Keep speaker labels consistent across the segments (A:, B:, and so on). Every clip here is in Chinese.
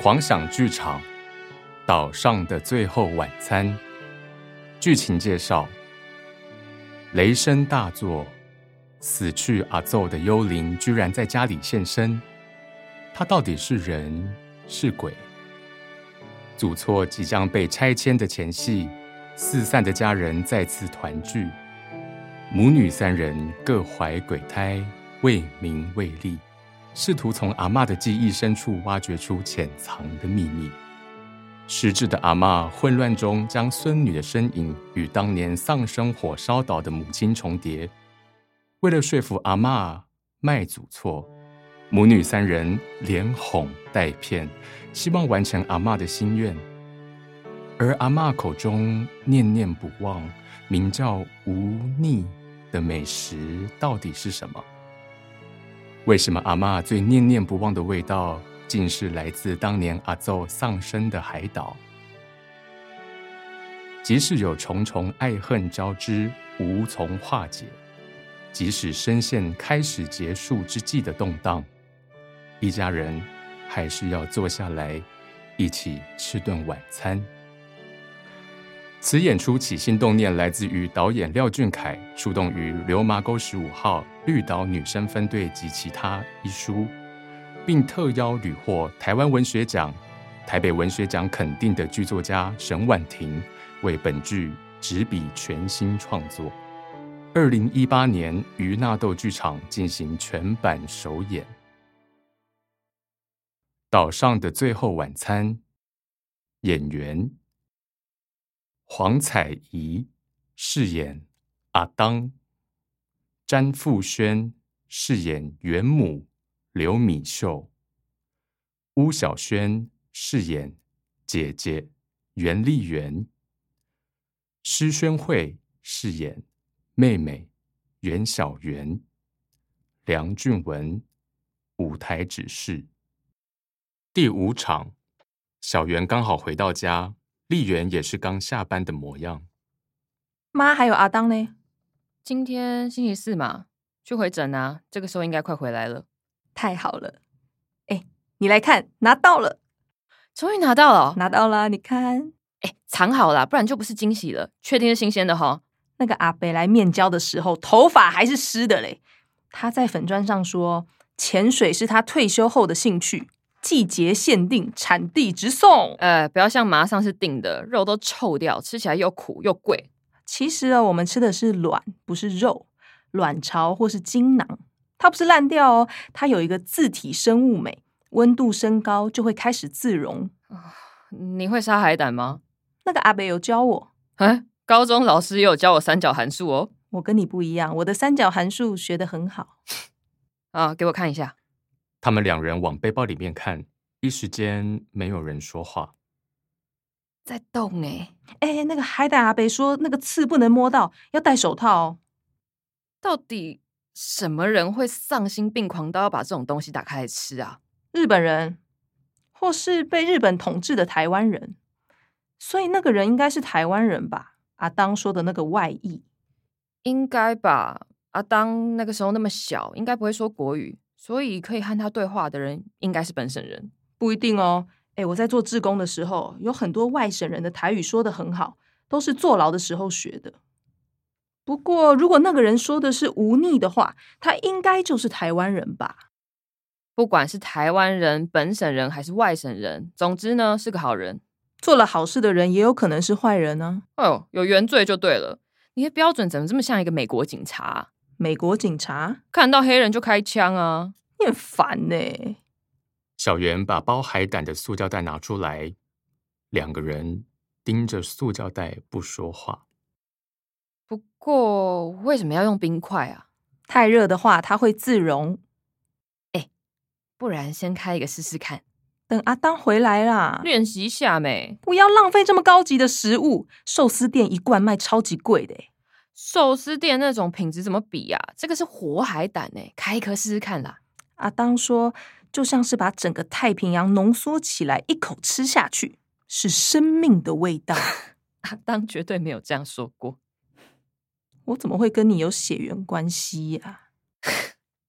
A: 狂想剧场《岛上的最后晚餐》。剧情介绍：雷声大作，死去阿奏的幽灵居然在家里现身，他到底是人是鬼？祖厝即将被拆迁的前夕，四散的家人再次团聚，母女三人各怀鬼胎，为名为利，试图从阿嬷的记忆深处挖掘出潜藏的秘密。失智的阿嬷混乱中将孙女的身影与当年丧生火烧岛的母亲重叠，为了说服阿嬷卖祖厝，母女三人连哄带骗，希望完成阿嬷的心愿。而阿嬷口中念念不忘、名叫无腻的美食到底是什么？为什么阿嬷最念念不忘的味道，竟是来自当年阿奏丧生的海岛？即使有重重爱恨交织，无从化解；即使深陷开始结束之际的动荡，一家人还是要坐下来，一起吃顿晚餐。此演出起心动念来自于导演廖俊凯触动于《流麻沟十五号绿岛女生分队及其他》一书，并特邀屡获台湾文学奖、台北文学奖肯定的剧作家沈婉婷为本剧执笔全新创作。二零一八年于纳豆剧场进行全版首演，《岛上的最后晚餐》，演员。黄彩怡饰演阿当，詹富轩饰演袁母刘敏秀，巫晓萱饰演姐姐袁丽媛，施宣慧饰演妹妹袁小媛，梁俊文舞台指示。第五场，小袁刚好回到家。丽媛也是刚下班的模样。
B: 妈还有阿当呢，
C: 今天星期四嘛，去回诊啊，这个时候应该快回来了。
B: 太好了！哎，你来看，拿到了，
C: 终于拿到了哦，
B: 拿到啦！你看，
C: 哎，藏好啦，不然就不是惊喜了。确定是新鲜的哈。
B: 那个阿北来面交的时候，头发还是湿的嘞。他在粉砖上说，潜水是他退休后的兴趣。季节限定，产地直送。
C: 呃，不要像麻上是定的，肉都臭掉，吃起来又苦又贵。
B: 其实啊，我们吃的是卵，不是肉，卵巢或是精囊，它不是烂掉哦，它有一个自体生物酶，温度升高就会开始自溶。
C: 啊你会杀海胆吗？
B: 那个阿北有教我，
C: 哎，高中老师也有教我三角函数哦。
B: 我跟你不一样，我的三角函数学得很好。
C: 啊，给我看一下。
A: 他们两人往背包里面看，一时间没有人说话。
C: 在动哎、
B: 欸、哎、欸，那个海胆阿北说，那个刺不能摸到，要戴手套哦。
C: 到底什么人会丧心病狂到要把这种东西打开来吃啊？
B: 日本人，或是被日本统治的台湾人，所以那个人应该是台湾人吧？阿当说的那个外裔，
C: 应该吧？阿当那个时候那么小，应该不会说国语。所以可以和他对话的人应该是本省人，
B: 不一定哦。诶，我在做志工的时候，有很多外省人的台语说的很好，都是坐牢的时候学的。不过，如果那个人说的是无逆的话，他应该就是台湾人吧？
C: 不管是台湾人、本省人还是外省人，总之呢是个好人。
B: 做了好事的人也有可能是坏人呢、
C: 啊。哦，有原罪就对了。你的标准怎么这么像一个美国警察、啊？
B: 美国警察
C: 看到黑人就开枪啊！
B: 你很烦呢、欸。
A: 小袁把包海胆的塑胶袋拿出来，两个人盯着塑胶袋不说话。
C: 不过为什么要用冰块啊？
B: 太热的话，它会自溶。
C: 哎、欸，不然先开一个试试看。
B: 等阿当回来啦，
C: 练习一下没？
B: 不要浪费这么高级的食物，寿司店一罐卖超级贵的、欸。
C: 寿司店那种品质怎么比呀、啊？这个是活海胆哎、欸，开一颗试试看啦。
B: 阿当说，就像是把整个太平洋浓缩起来，一口吃下去，是生命的味 道。
C: 阿当绝对没有这样说过。
B: 我怎么会跟你有血缘关系呀、啊？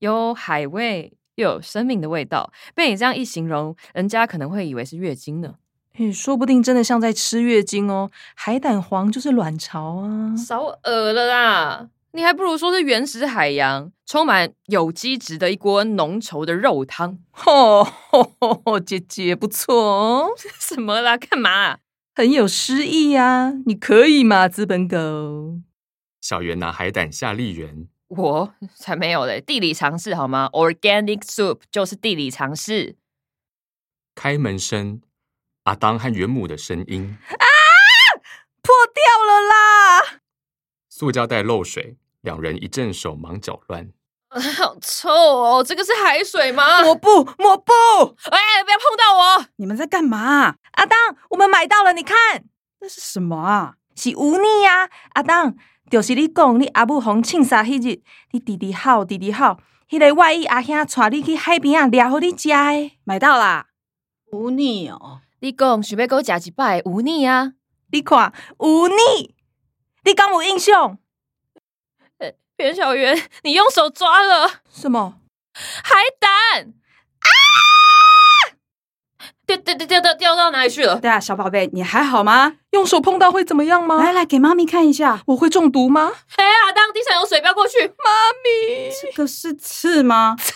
C: 有海味，又有生命的味道。被你这样一形容，人家可能会以为是月经呢。
B: 嘿，说不定真的像在吃月经哦。海胆黄就是卵巢啊，
C: 少恶了啦！你还不如说是原始海洋，充满有机质的一锅浓稠的肉汤。
B: 吼吼吼吼，姐姐不错哦，
C: 什么啦？干嘛啊、
B: 很有诗意啊，你可以嘛，资本狗。
A: 小圆拿海胆下丽园，
C: 我才没有嘞！地理常识好吗？Organic soup 就是地理常识。
A: 开门声，阿当和元母的声音，
B: 破掉了啦！
A: 塑胶袋漏水，两人一阵手忙脚乱。
C: 好臭哦！这个是海水 吗？
B: 抹布，抹布，
C: 哎，不要碰到我！
D: 你们在干嘛？
B: 啊阿当，我们买到了，你看，
D: 那是什么啊？
B: 是无腻呀、阿当，就是你讲你阿母红庆杀迄日，你弟弟好，弟弟好，迄、个外衣阿兄带你去海边啊，掠好你食的。
D: 买到啦！不腻哦，
C: 你讲想要给我假几拜无腻啊？
B: 你看，有你，你敢有印象？
C: 袁小圆，你用手抓了
B: 什么？
C: 海胆啊！掉掉掉掉掉掉到哪里去了？
D: 对啊，小宝贝，你还好吗？
B: 用手碰到会怎么样吗
D: 来来，给妈咪看一下，
B: 我会中毒吗？
C: 哎呀，当地上有水，不要过去！
D: 这个是刺吗？刺！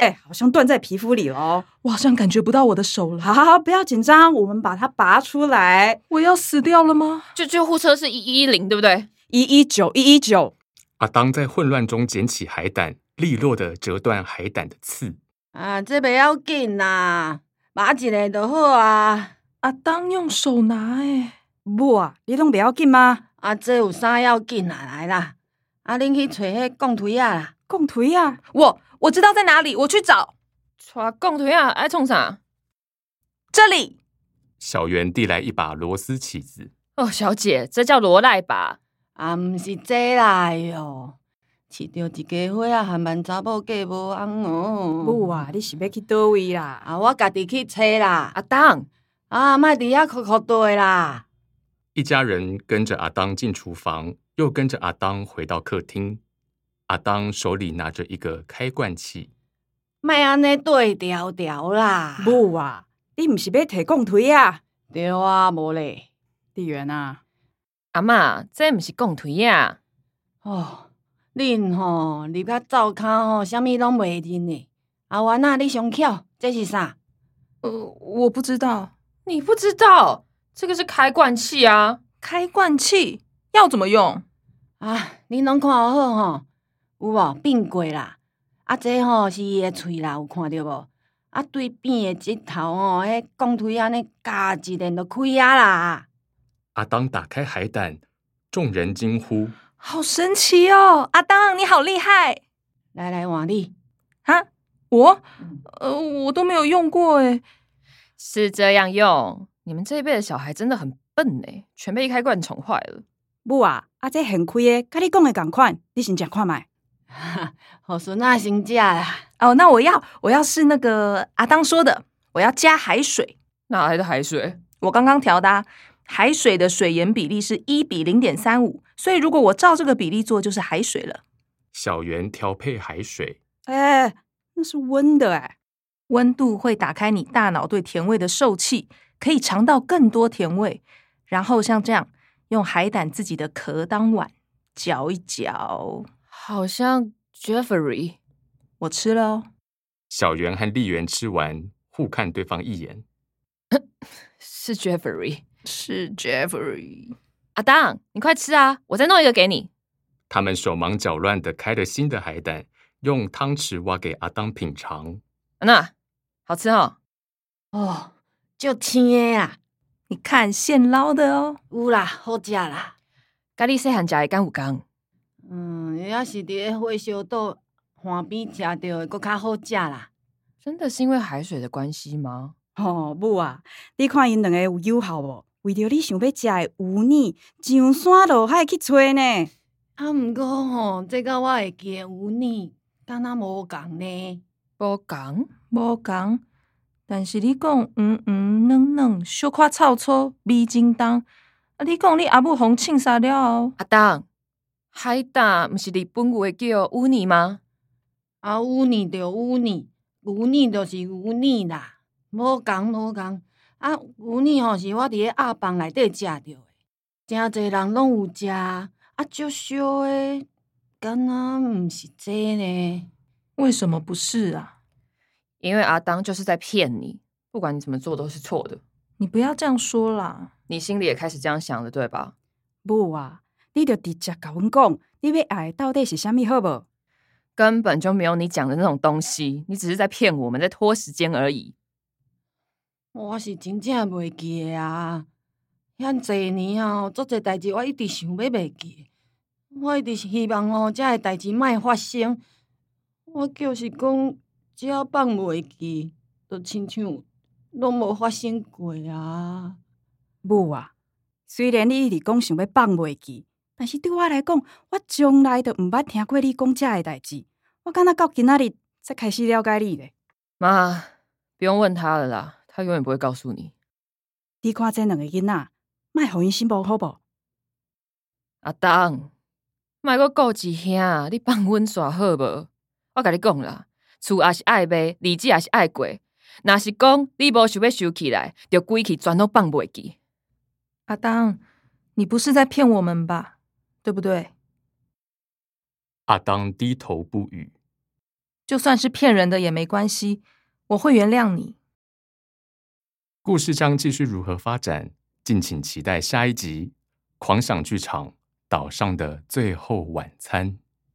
D: 哎、好像断在皮肤里了哦。
B: 我好像感觉不到我的手了。
D: 好好好，不要紧张，我们把它拔出来。
B: 我要死掉了吗？
C: 就救护车是一一零，对不对？
D: 一一九，一一九。
A: 阿当在混乱中捡起海胆，利落的折断海胆的刺。
E: 啊，这袂要紧啦，麻一个就好啊。
B: 阿当用手拿、欸，
D: 不啊，你拢不要紧吗？
E: 啊，这有啥要紧啊？来啦，啊，恁去找迄钢腿啊啦。
D: 共推啊！
B: 我我知道在哪里，我去找
C: 抓共腿啊！爱冲啥？
B: 这里。
A: 小圆递来一把螺丝起子，
C: 哦，小姐，这叫罗赖吧？
E: 啊，毋是这啦哟，饲着一家伙啊，含万查某嫁无翁哦。
D: 不啊，你是要去倒位啦？
E: 啊，我家己去找啦。
C: 阿当，
E: 啊，莫伫遐哭哭地啦。
A: 一家人跟着阿当进厨房，又跟着阿当回到客厅。阿当手里拿着一个开罐器，
E: 莫安尼对调调啦。
D: 不啊，你唔是要提共推啊？
E: 对啊，无咧。
D: 丽媛啊，
C: 阿妈，这不是共腿啊！
E: 哦，恁吼入甲灶骹吼，啥物拢袂认诶。啊，我那你上巧，这是啥？
B: 呃，我不知道
C: 你不知道，这个是开罐器啊！
B: 开罐器要怎么用。
E: 啊，恁拢看好好吼，有无变过啦？啊，这吼是伊诶喙啦，有看着无？啊，对边诶指头吼，迄钢腿安尼夹一连就开啊啦！
A: 阿当打开海胆，众人惊呼。
B: 好神奇哦！阿当，你好厉害
E: 来来换你，
B: 哈！啊我，
D: 嗯
B: 呃，我都没有用过诶。
C: 是这样用，你们这一辈的小孩真的很笨哎、全被一开罐宠坏了。
D: 不啊，啊这很开诶，甲你讲诶共款，你先食看卖。
E: 互孙仔先食啦。
B: 哦，那我要，我要是那个阿当说的，我要加海水。
C: 哪来的海水？
B: 我刚刚调的、啊、海水的水盐比例是一比零点三五，所以如果我照这个比例做，就是海水了。
A: 小圆调配海水，
D: 哎、那是温的哎、
B: 温度会打开你大脑对甜味的受气，可以尝到更多甜味。然后像这样，用海胆自己的壳当碗，嚼一嚼。
C: 好像 Jeffrey。
B: 我吃了哦，
A: 小圆和丽媛吃完，互看对方一眼。
C: 是 Jeffrey。
B: 是 Jeffrey。
C: 阿当，你快吃啊！我再弄一个给你。
A: 他们手忙脚乱的开了新的海胆，用汤匙挖给阿当品尝。
C: 那嗯好吃哦。
E: 哦，足青诶啊，
B: 你看现捞的哦。
E: 有啦，好食啦。
C: 咖喱细汉食的干有干，
E: 嗯，也是伫咧火烧岛岸边食着诶，搁较好食啦。
C: 真的是因为海水的关系吗？
D: 吼、母啊，你看因两个有友好无？为着你想要食的有腻，上山落海去找呢。
E: 啊，毋过吼，这甲我会记诶有呢，敢若无共呢。
C: 不讲，
B: 无讲，但是你讲黄黄软软，小可臭臭，味真重。啊，你讲你阿母互庆杀了后，
C: 阿当，海胆不是日本有的叫乌尼吗？
E: 啊，有呢着有呢，牛奶就是牛奶啦，无共无共。啊，牛奶吼是我伫咧鸭房内底食着的，诚侪人拢有食，啊，足烧的，敢若毋是这呢？
B: 为什么不是啊？
C: 因为阿当就是在骗你，不管你怎么做都是错的。
B: 你不要这样说啦。
C: 你心里也开始这样想了，对吧？
D: 无啊，你着直接甲阮讲，你要爱到底是啥物好无？
C: 根本就没有你讲的那种东西，你只是在骗我们，在拖时间而已。
E: 哦我是真正袂记的啊！遐侪年啊，吼，足侪代志我一直想要袂记的，我一直是希望吼，遮个代志莫发生。我就是讲，只要放袂记，就亲像拢无发生过啊！
D: 无啊，虽然你一直讲想要放袂记，但是对我来讲，我从来都毋捌听过你讲遮个代志。我敢若到今仔日才开始了解你咧。
C: 妈，不用问他了啦，他永远不会告诉你。
D: 你看这两个囡仔，莫互因心无好无？
C: 阿当，卖个顾一兄，你放阮耍好无？我甲你讲啦，厝也是爱卖，日子也是爱过。若是讲你无想要收起来，就规气全拢放袂记。
B: 阿当，你不是在骗我们吧？对不对？
A: 阿当低头不语。
B: 就算是骗人的也没关系，我会原谅你。
A: 故事将继续如何发展，敬请期待下一集《狂想剧场岛上的最后晚餐》。